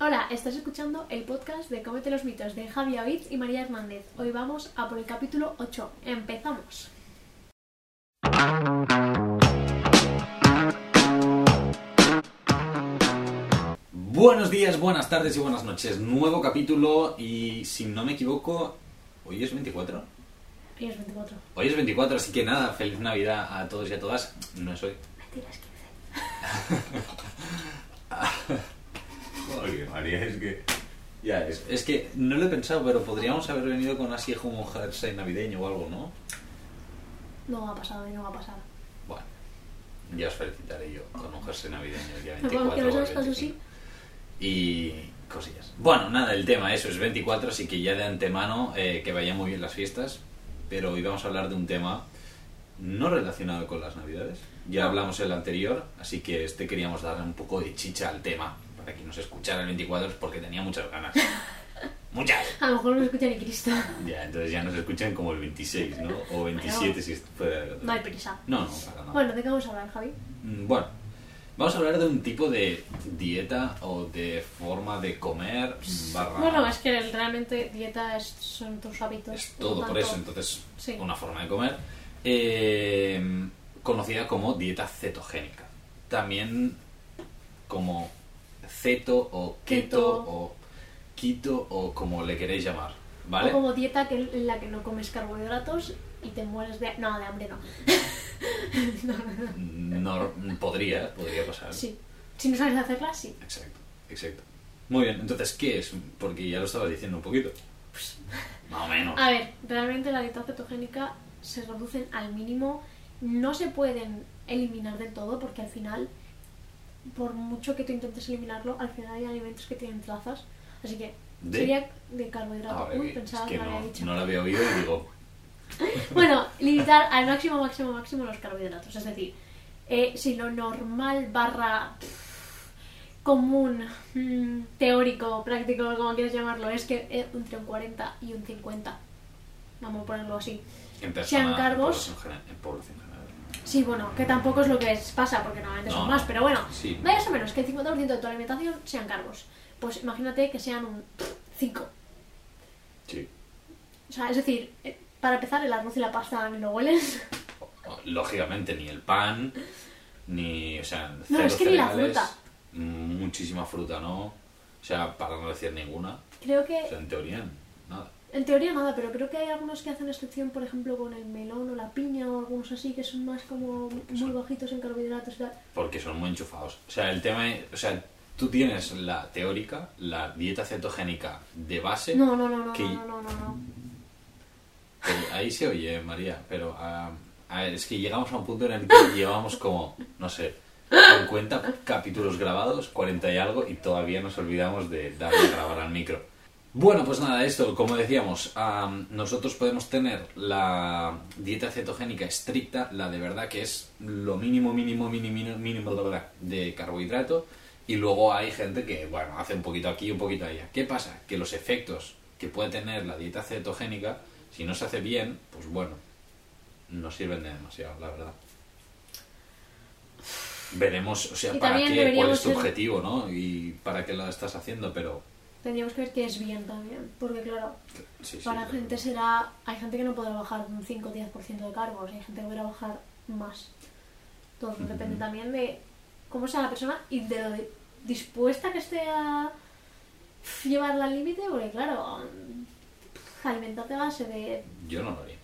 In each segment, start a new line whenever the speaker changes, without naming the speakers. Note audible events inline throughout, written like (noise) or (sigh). Hola, estás escuchando el podcast de Cómete los mitos de Javi Avitz y María Hernández. Hoy vamos a por el capítulo 8. ¡Empezamos!
Buenos días, buenas tardes y buenas noches. Nuevo capítulo y si no me equivoco, hoy es 24.
Hoy es 24.
Hoy es 24, así que nada, feliz Navidad a todos y a todas. No es hoy.
Mentira, es 15.
Joder, María, es que... Ya, es, es que no lo he pensado, pero podríamos haber venido con así como un jersey navideño o algo, ¿no?
No ha pasado y no va a pasar.
Bueno, ya os felicitaré yo con un jersey navideño el día
Pero vamos,
24.
que los
o el
dos, eso sí.
25. y cosillas. Bueno, nada, el tema, eso es 24, así que ya de antemano eh, que vayan muy bien las fiestas, pero hoy vamos a hablar de un tema no relacionado con las navidades. Ya hablamos en el anterior, así que este queríamos darle un poco de chicha al tema, para que nos escuchara el 24 porque tenía
(laughs)
muchas ganas. ¡Muchas!
A lo mejor no me escucha ni Cristo. (laughs)
Ya, entonces ya nos escuchan como el 26, ¿no? O 27 si puede...
No hay prisa.
No, no, para nada.
Bueno, ¿de qué vamos a hablar, Javi?
Mm, Bueno, vamos a hablar de un tipo de dieta o de forma de comer barra...
Bueno, es que el- realmente dieta es- son tus hábitos.
es todo por
tanto-
eso, entonces
Sí.
una forma de comer eh, conocida como dieta cetogénica. También como ceto o keto,
Keto.
o quito o como le queréis llamar, ¿vale?
O como dieta que, en la que no comes carbohidratos y te mueres de... No, de hambre no.
No, podría, podría pasar.
Sí. Si no sabes hacerla, sí.
Exacto, exacto. Muy bien, entonces, ¿qué es? Porque ya lo estabas diciendo un poquito. Más o menos.
Pues, (laughs) A ver, realmente la dieta cetogénica se reducen al mínimo. No se pueden eliminar del todo porque al final, por mucho que tú intentes eliminarlo, al final hay alimentos que tienen trazas. Así que
¿De?
sería de
Ah,
carbohidrato.
vale,
Uy,
que-
pensaba
es
que,
que
lo
no,
había dicho.
no lo había oído y digo,
Bueno, limitar al máximo, máximo, máximo los carbohidratos. Es decir, eh, si lo normal barra pff, común, mm, teórico, práctico, como quieras llamarlo, es que eh, entre un 40 y un 50. Vamos a ponerlo así. Sean
en persona, en
carbos.
población general- en población general.
Sí, bueno, que tampoco es lo que es- pasa, porque normalmente
No,
son
no.
más, pero bueno,
Sí.
más o menos que el 50% de tu alimentación sean carbos. Pues imagínate que sean un 5.
Sí.
O sea, es decir, eh, para empezar, el arroz y la pasta ni lo hueles. (laughs)
Lógicamente, ni el pan, ni. O sea,
No,
cero
es que ni la
cereales,
fruta.
Muchísima fruta, ¿no? O sea, para no decir ninguna.
Creo
O sea,
que,
en teoría, nada.
en teoría nada, pero creo que hay algunos que hacen excepción, por ejemplo, con el melón o la piña o algunos así, que son más como muy
son-
bajitos en carbohidratos y tal.
Porque son muy enchufados. O sea, el tema es. O sea, tú tienes la teórica, la dieta cetogénica de base.
No, no, no, no,
que-
no, no, no, no.
que ahí se oye, María, pero. ah, a ver, es que llegamos a un punto en el que llevamos como, no sé, 50 capítulos grabados, 40 y algo, y todavía nos olvidamos de darle a grabar al micro. Bueno, pues nada, esto, como decíamos, am, nosotros podemos tener la dieta cetogénica estricta, la de verdad que es lo mínimo, mínimo, mínimo, mínimo, mínimo de verdad, de carbohidrato, y luego hay gente que, bueno, hace un poquito aquí y un poquito allá. ¿Qué pasa? Que los efectos que puede tener la dieta cetogénica, si no se hace bien, pues bueno, no sirven de demasiado, la verdad. Veremos, o sea,
Y
para
también
qué, cuál
deberíamos
es tu
ser-
objetivo, ¿no? Y para qué lo estás haciendo, pero...
Tendríamos que ver qué es bien también, porque claro,
Sí, sí,
Para
claro.
gente será. Hay gente que no podrá bajar un 5 o 10% de cargos, hay gente que podrá bajar más. Todo depende también de cómo sea la persona y de lo de- dispuesta que esté a llevarla al límite, porque claro, mm, alimentarte a base de.
Yo no lo haría.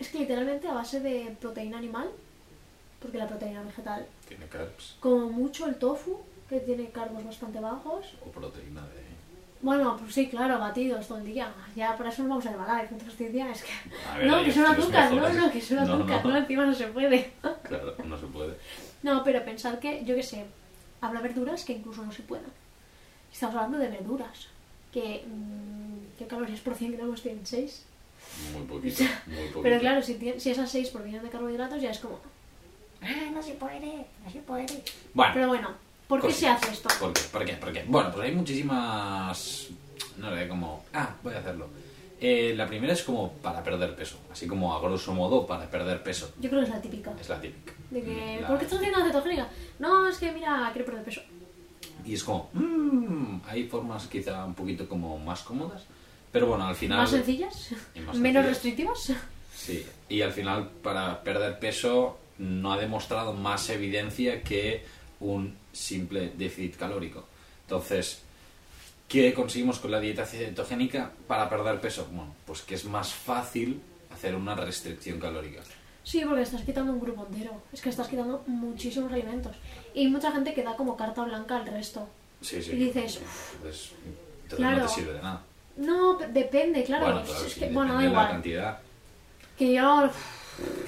Es que literalmente a base de proteína animal, porque la proteína vegetal,
Tiene pues, carbs
como mucho el tofu, que tiene cargos bastante bajos.
o proteína de...
Bueno, pues sí, claro, batidos todo el día. Ya para eso nos vamos a embalar, que otros días es que.
A ver,
no,
hay
que son
opciones
azúcar, no,
mejores.
no, que son
¿eh? No,
azúcar, no.
no.
encima no se puede.
Claro, no se puede.
No, pero pensad que, yo qué sé, habrá verduras que incluso no se puedan. Estamos hablando de verduras. Que, mm, ¿Qué calorías por 100 gramos tienen? 6.
Muy
(laughs)
poquito, muy poquito.
Pero claro, si, tien- si esas 6 provienen de carbohidratos ya es como...
Ah, no se puede, no se puede.
Bueno,
Pero bueno, ¿por qué se
Ah, Cositas.
hace esto?
¿Por qué? ¿Por qué? ¿Por qué? Bueno, pues hay muchísimas... No sé, como... Ah, voy a hacerlo. Eh, la primera es como para perder peso. Así como a grosso modo para perder peso.
Yo creo que es la típica.
Es la típica. Mm,
De que,
La-
¿Por qué estás haciendo la cetogénica? No, es que mira, quiero perder peso.
y es como, mm, hay formas quizá un poquito como más cómodas, pero bueno, al final...
¿Más sencillas?
y
(laughs) ¿Menos
más sencillas.
restrictivas?
Sí, y al final para perder peso no ha demostrado más evidencia que un simple déficit calórico. Entonces, ¿qué conseguimos con la dieta cetogénica para perder peso? Bueno, pues que es más fácil hacer una restricción calórica.
Sí, porque estás quitando un grupo entero. Es que estás quitando muchísimos alimentos. Y hay mucha gente que da como carta blanca al resto.
Sí, sí.
Y dices,
entonces, entonces no
claro.
te sirve de nada.
No, pe- depende, claro.
bueno,
es-
claro,
es
sí,
que- bueno, da
depende de la
igual.
cantidad.
Que yo...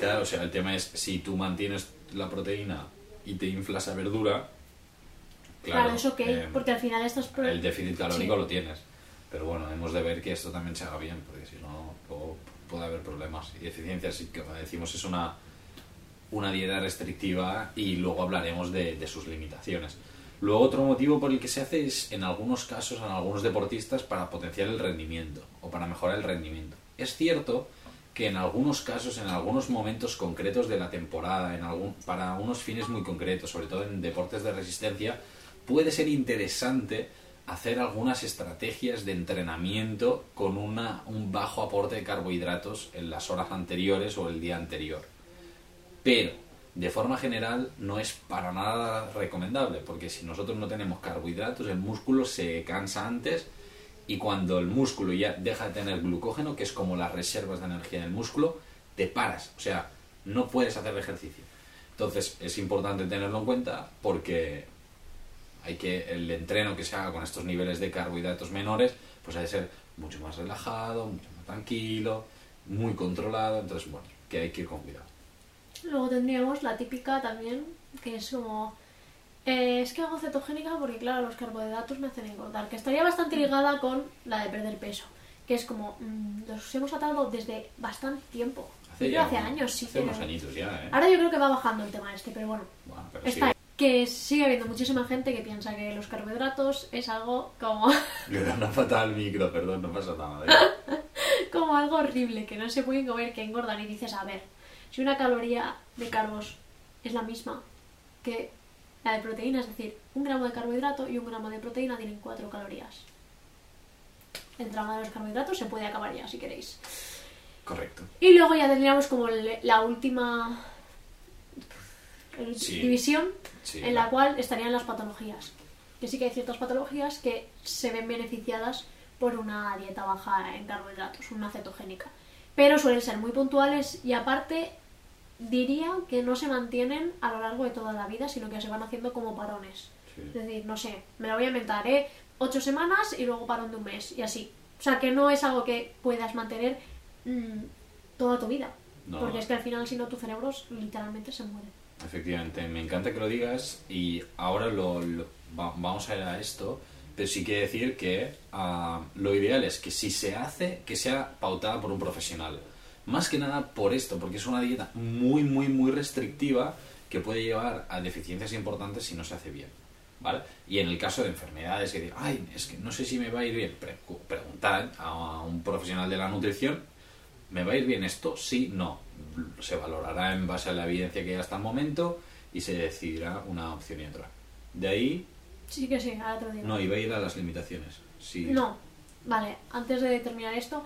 Claro, o sea, el tema es si tú mantienes la proteína y te inflas a verdura,
Claro, es ok,
eh,
porque al final estás... pro-
el déficit calórico
Pues, Sí.
lo tienes. Pero bueno, hemos de ver que esto también se haga bien, porque si no luego puede haber problemas y deficiencias. Y como decimos, es una, una dieta restrictiva y luego hablaremos de, de sus limitaciones. Luego otro motivo por el que se hace es, en algunos casos, en algunos deportistas, para potenciar el rendimiento o para mejorar el rendimiento. Es cierto que en algunos casos, en algunos momentos concretos de la temporada, en algún, para unos fines muy concretos, sobre todo en deportes de resistencia, puede ser interesante hacer algunas estrategias de entrenamiento con una, un bajo aporte de carbohidratos en las horas anteriores o el día anterior. Pero, de forma general, no es para nada recomendable, porque si nosotros no tenemos carbohidratos, el músculo se cansa antes y cuando el músculo ya deja de tener glucógeno, que es como las reservas de energía del músculo, te paras, o sea, no puedes hacer ejercicio. Entonces, es importante tenerlo en cuenta porque hay que el entreno que se haga con estos niveles de carbohidratos menores, pues ha de ser mucho más relajado, mucho más tranquilo, muy controlado, entonces bueno, que hay que ir con cuidado.
Luego tendríamos la típica también, que es como... eh, es que hago cetogénica porque, claro, los carbohidratos me hacen engordar. Que estaría
Mm.
bastante ligada con la de perder peso. Que es como... mm, los hemos atado desde bastante tiempo. Yo creo
ya
hace
un-
años, sí.
Hace
que-
unos añitos ya, ¿eh?
Ahora yo creo que va bajando el tema este, pero bueno.
Bueno, pero
Está
sí.
ahí. Que sigue habiendo muchísima gente que piensa que los carbohidratos es algo como, (laughs)
Le da una patada al micro, perdón, no pasa nada. ¿eh?
como algo horrible, que no se pueden comer, que engordan. Y dices, a ver, si una caloría de carbos es la misma que la de proteína, es decir, un gramo de carbohidrato y un gramo de proteína tienen 4 calorías. El tramo de los carbohidratos se puede acabar ya, si queréis.
Correcto.
Y luego ya tendríamos como el- la última el-
Sí.
división
Sí,
en la
claro.
cual estarían las patologías. Que sí que hay ciertas patologías que se ven beneficiadas por una dieta baja en carbohidratos, una cetogénica. Pero suelen ser muy puntuales y aparte diría que no se mantienen a lo largo de toda la vida, sino que se van haciendo como parones.
Sí.
Es decir, no sé, me la voy a inventar, ¿eh? Ocho semanas y luego parón de un mes y así. O sea, que no es algo que puedas mantener mm, toda tu vida.
No.
Porque es que al final, si no, tu cerebro literalmente se muere.
Efectivamente, me encanta que lo digas y ahora lo, lo- va- vamos a ir a esto, pero sí que decir que ah, lo ideal es que si se hace, que sea pautada por un profesional. Más que nada por esto, porque es una dieta muy, muy, muy restrictiva que puede llevar a deficiencias importantes si no se hace bien. ¿Vale? Y en el caso de enfermedades que digan, ay, es que no sé si me va a ir bien, pre- preguntar a un profesional de la nutrición ¿Me va a ir bien esto? Sí, no. Se valorará en base a la evidencia que hay hasta el momento y se decidirá una opción y otra. De ahí,
Sí que sí, ahora te lo digo.
no, iba a ir a las limitaciones. Sí.
No, vale, antes de terminar esto,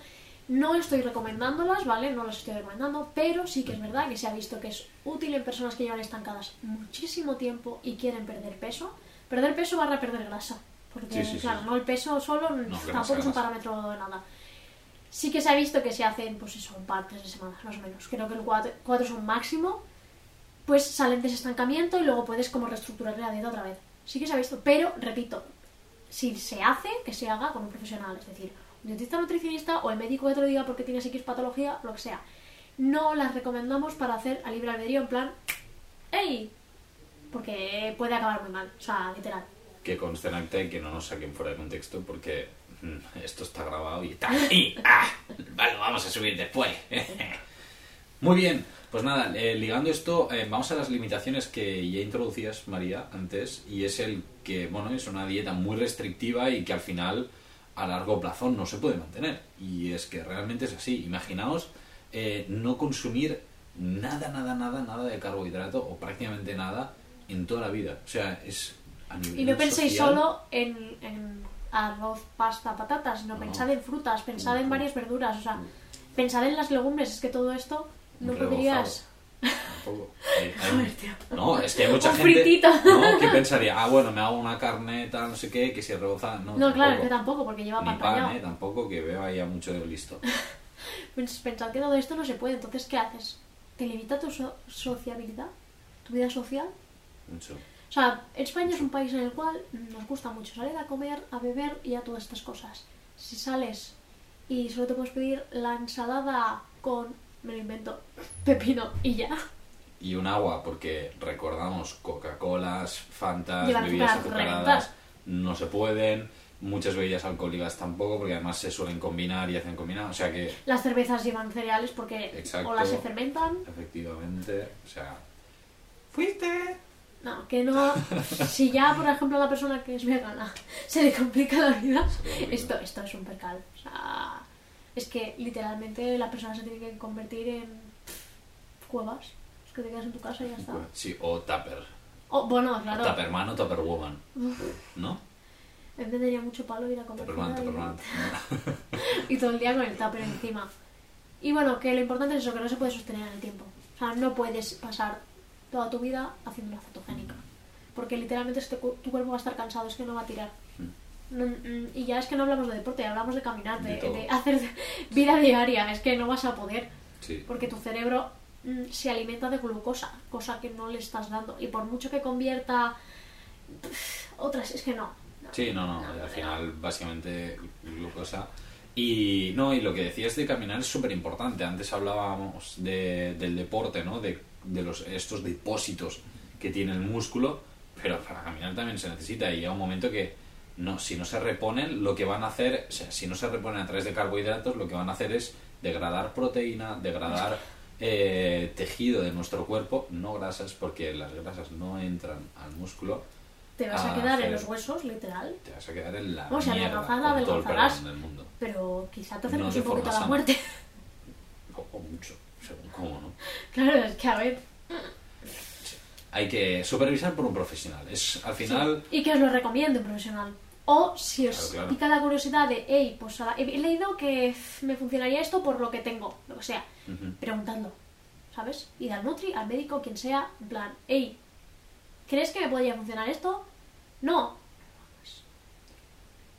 no estoy recomendándolas, ¿vale? No las estoy recomendando, pero sí que es verdad que se ha visto que es útil en personas que llevan estancadas muchísimo tiempo y quieren perder peso. Perder peso barra perder grasa. Porque,
Sí, sí, sí.
claro, no el peso solo
grasa,
tampoco es un
grasa.
parámetro de nada. Sí que se ha visto que se hacen, pues eso, un par, tres de semanas, más o menos. Creo que el cuatro, cuatro es un máximo. Pues salen de ese estancamiento y luego puedes como reestructurar la dieta otra vez. Sí que se ha visto, pero repito, si se hace, que se haga con un profesional, es decir, un dietista nutricionista o el médico que te lo diga porque tienes X patología, lo que sea. No las recomendamos para hacer a libre albedrío en plan, ¡Ey! Porque puede acabar muy mal, o sea, literal.
Que conste en acta y que no nos saquen fuera de contexto porque mm, esto está grabado y está ahí. ¡Ah! Vale, lo vamos a subir después. Muy bien, pues nada, eh, ligando esto, eh, vamos a las limitaciones que ya introducías, María, antes, y es el que, bueno, es una dieta muy restrictiva y que al final a largo plazo no se puede mantener. Y es que realmente es así. Imaginaos eh, no consumir nada, nada, nada, nada de carbohidrato o prácticamente nada en toda la vida. O sea, es a nivel
Y no penséis
social,
solo en, en arroz, pasta, patatas, no,
No. Mm.
pensad en frutas, pensad en
Ujú.
varias verduras, o sea, pensad en las legumbres, es que todo esto no
Rebozado.
podrías...
tampoco. Hay-
(laughs)
hay-
Joder, tío.
no, es que hay mucha
Un
gente
fritito.
¿no? que pensaría, ah, bueno, me hago una carne, tal, no sé qué, que se reboza. No,
No, claro, es que
tampoco.
tampoco, porque lleva
Ni pan,
pantalla.
¿eh? Tampoco, que veo ahí a mucho de listo.
Pens- Pues Pensad que todo esto no se puede, entonces, ¿qué haces? ¿Te limita tu so- sociabilidad? ¿Tu vida social?
Mucho.
O sea, España es un país en el cual nos gusta mucho salir a comer, a beber y a todas estas cosas. Si sales y solo te puedes pedir la ensalada con, me lo invento, (laughs) pepino y ya,
Y un agua, porque recordamos Coca-Colas, Fantas,
Llevan
bebidas
azúcar a
azucaradas,
reventar.
no se pueden. Muchas bebidas alcohólicas tampoco, porque además se suelen combinar y hacen combinar. O sea que,
las cervezas llevan cereales porque
Exacto.
o las se fermentan.
efectivamente, o sea. ¡Fuiste!
No, que no. Si ya, por ejemplo, a la persona que es vegana se le complica la vida,
le complica.
esto, esto es un percal. O sea, es que literalmente la persona se tiene que convertir en cuevas. Es que te quedas en tu casa y ya está.
Pues, Sí, o Tupper.
O, bueno,
O
claro.
Tupperman o Tupperwoman. ¿No?
A mí me daría mucho palo ir a comer
Tupperman,
fuera y-
Tupperman.
(laughs) Y, todo el día con el tupper encima. Y bueno, que lo importante es eso, que no se puede sostener en el tiempo. O sea, no puedes pasar toda tu vida haciendo una fotogénica. Porque literalmente es que tu, tu cuerpo va a estar cansado, es que no va a tirar. No, mm, y ya es que no hablamos de deporte, hablamos de caminar,
De
de,
todo.
de hacer (laughs) vida diaria. Es que no vas a poder,
Sí.
porque tu cerebro mm, se alimenta de glucosa, cosa que no le estás dando. Y por mucho que convierta pff, otras, es que no. no.
Sí, no, no, al final básicamente glucosa. Y no, y lo que decías de caminar es súper importante. Antes hablábamos de- del deporte, ¿no? De, de los, estos depósitos que tiene el músculo, pero para caminar también se necesita y llega un momento que no, si no se reponen, lo que van a hacer, o sea, si no se reponen a través de carbohidratos, lo que van a hacer es degradar proteína, degradar eh, tejido de nuestro cuerpo, no grasas, porque las grasas no entran al músculo
Te vas
Ah,
a quedar
cero.
en los huesos, literal,
te vas a quedar en la
O sea,
mierda
adelgazar,
con todo el
adelgazarás.
perdón del mundo.
pero quizá te
No
acerques
de
un poquito
forma
a la
sana.
muerte.
O, o mucho, según cómo, ¿no?
(laughs) claro, es que a ver.
Hay que supervisar por un profesional. Es al final...
Y que os lo recomiende un profesional. O si os
Claro, claro.
pica la curiosidad de, hey, pues a- he leído que me funcionaría esto por lo que tengo, lo que sea,
Ujú.
preguntadlo, ¿sabes? Ir al nutri, al médico, quien sea, en plan, hey, ¿crees que me podría funcionar esto? No.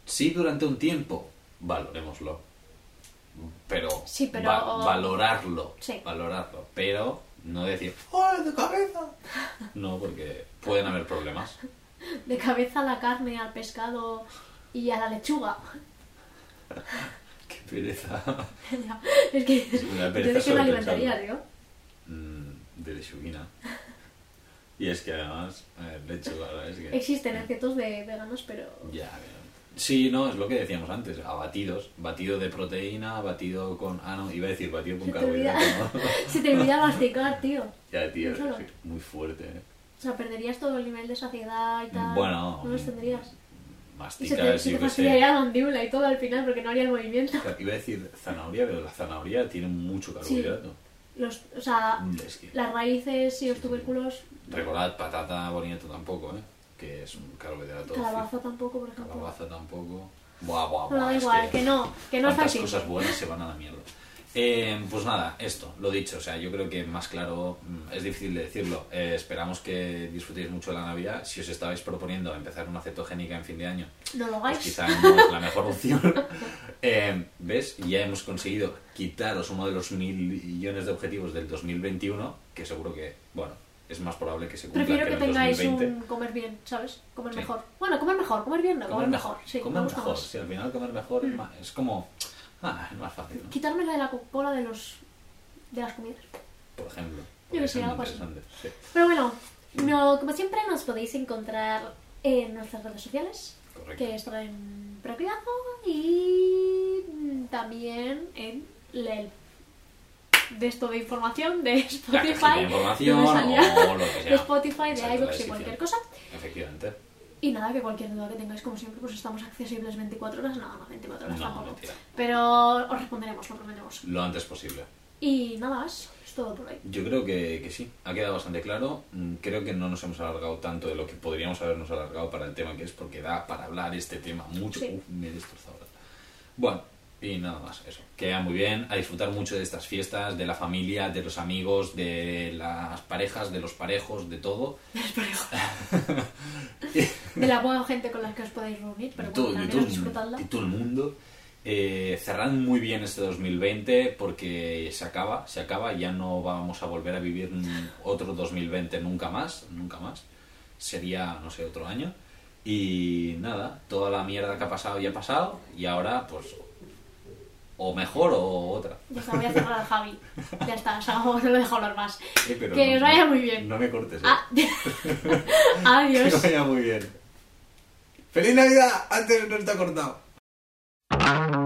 Sí, durante un tiempo, valorémoslo. Pero,
Sí, pero-
valorarlo.
Sí.
Valorarlo. Pero no decir, ¡oh, de cabeza! (laughs) No, porque pueden haber problemas.
(laughs) De cabeza a la carne, al pescado y a la lechuga. (laughs)
Qué pereza.
es que
Me da
yo
pereza
de qué
solo
me alimentaría,
pensarlo.
tío.
Mm, de lechugina. Y es que además, eh, lechuga, es que...
Existen recetos de veganos, pero
Ya, pero- Sí, no, es lo que decíamos antes, a batidos, batido de proteína, batido con... Ah, no, iba a decir batido con
Se te olvida.
carbohidrato, ¿no? (laughs)
(laughs) se te olvida masticar, tío. O
ya, tío,
Solo.
sí, muy fuerte, ¿eh?
sea, perderías todo el nivel de saciedad y tal.
Bueno...
No los tendrías. Y se te,
Masticar,
se
sí,
te
yo qué sé.
fastidiaría la mandíbula y todo al final porque no haría el movimiento.
Iba a decir zanahoria, pero la zanahoria tiene mucho carbohidrato.
Los, o sea,
Mm, Es que...
las raíces y los
Sí, sí.
tubérculos,
Recordad, patata bonito tampoco, ¿eh? Que es un carbohidrato...
calabaza tampoco, por ejemplo.
Calabaza tampoco. Buah, buah,
No,
buah.
da
es
igual, que no, que no es
cuántas
fácil.
cosas buenas se van a la mierda. Eh, pues nada, esto, lo dicho, o sea, yo creo que más claro mm, es difícil de decirlo. Eh, esperamos que disfrutéis mucho la Navidad. Si os estabais proponiendo empezar una cetogénica en fin de año,
No lo
pues
hagáis.
quizá no es la mejor opción. (laughs) Eh, ¿Ves? Ya hemos conseguido quitaros uno de los mil millones de objetivos del 2021, que seguro que, bueno, es más probable que se cumpla
Prefiero que
en el
tengáis
2020.
un comer bien, ¿sabes? Comer
Sí.
mejor. Bueno, comer mejor, comer bien no, comer, mejor. Sí,
comer
me gusta
mejor.
más. Mm.
Sí, al final comer mejor es, más- es como... Ah, es más fácil, ¿no?
Quitarme la de la Coca-Cola de, los, de las comidas.
Por ejemplo.
Yo que sé,
Es muy
algo así.
interesante, sí.
Pero bueno, no, como siempre nos podéis encontrar en nuestras redes sociales,
Correcto.
que estará en Prepidazo y también en LEL. De esto de información, de
La
Spotify,
cajita de información
no me salía.
o lo que sea.
de Spotify,
Exacto, la
de iVoox y
descripción.
cualquier cosa.
Efectivamente.
Y nada, que cualquier duda que tengáis, como siempre, pues estamos accesibles 24 horas, nada, no, 24 horas
No,
tampoco.
mentira.
Pero os responderemos, lo prometemos.
Lo antes posible.
Y nada más, es todo por hoy.
Yo creo que, que sí, ha quedado bastante claro. Mm, Creo que no nos hemos alargado tanto de lo que podríamos habernos alargado para el tema que es, porque da para hablar este tema mucho.
Sí.
Uf, me he destrozado. ahora. Bueno, y nada más, eso. Queda muy bien, a disfrutar mucho de estas fiestas, de la familia, de los amigos, de las parejas, de los parejos, de todo.
Es parejo.
(laughs)
De la buena gente con la que os podéis reunir, pero
de todo,
bueno,
de
también
todo, el-
disfrutadla.
de todo el mundo. Eh, cerrad muy bien este 2020 porque se acaba, se acaba, ya no vamos a volver a vivir un- otro 2020 nunca más, nunca más. Sería, no sé, otro año. Y nada, toda la mierda que ha pasado ya ha pasado y ahora pues o mejor o otra.
Ya está, voy a cerrar a Javi. Ya está, o sea, (laughs) no lo dejo hablar más.
Eh, pero
Que
no-
os vaya muy bien.
No me cortes. eh. (laughs)
Ah, (laughs)
que
Adiós.
os vaya muy bien. ¡Feliz Navidad! Antes no está cortado.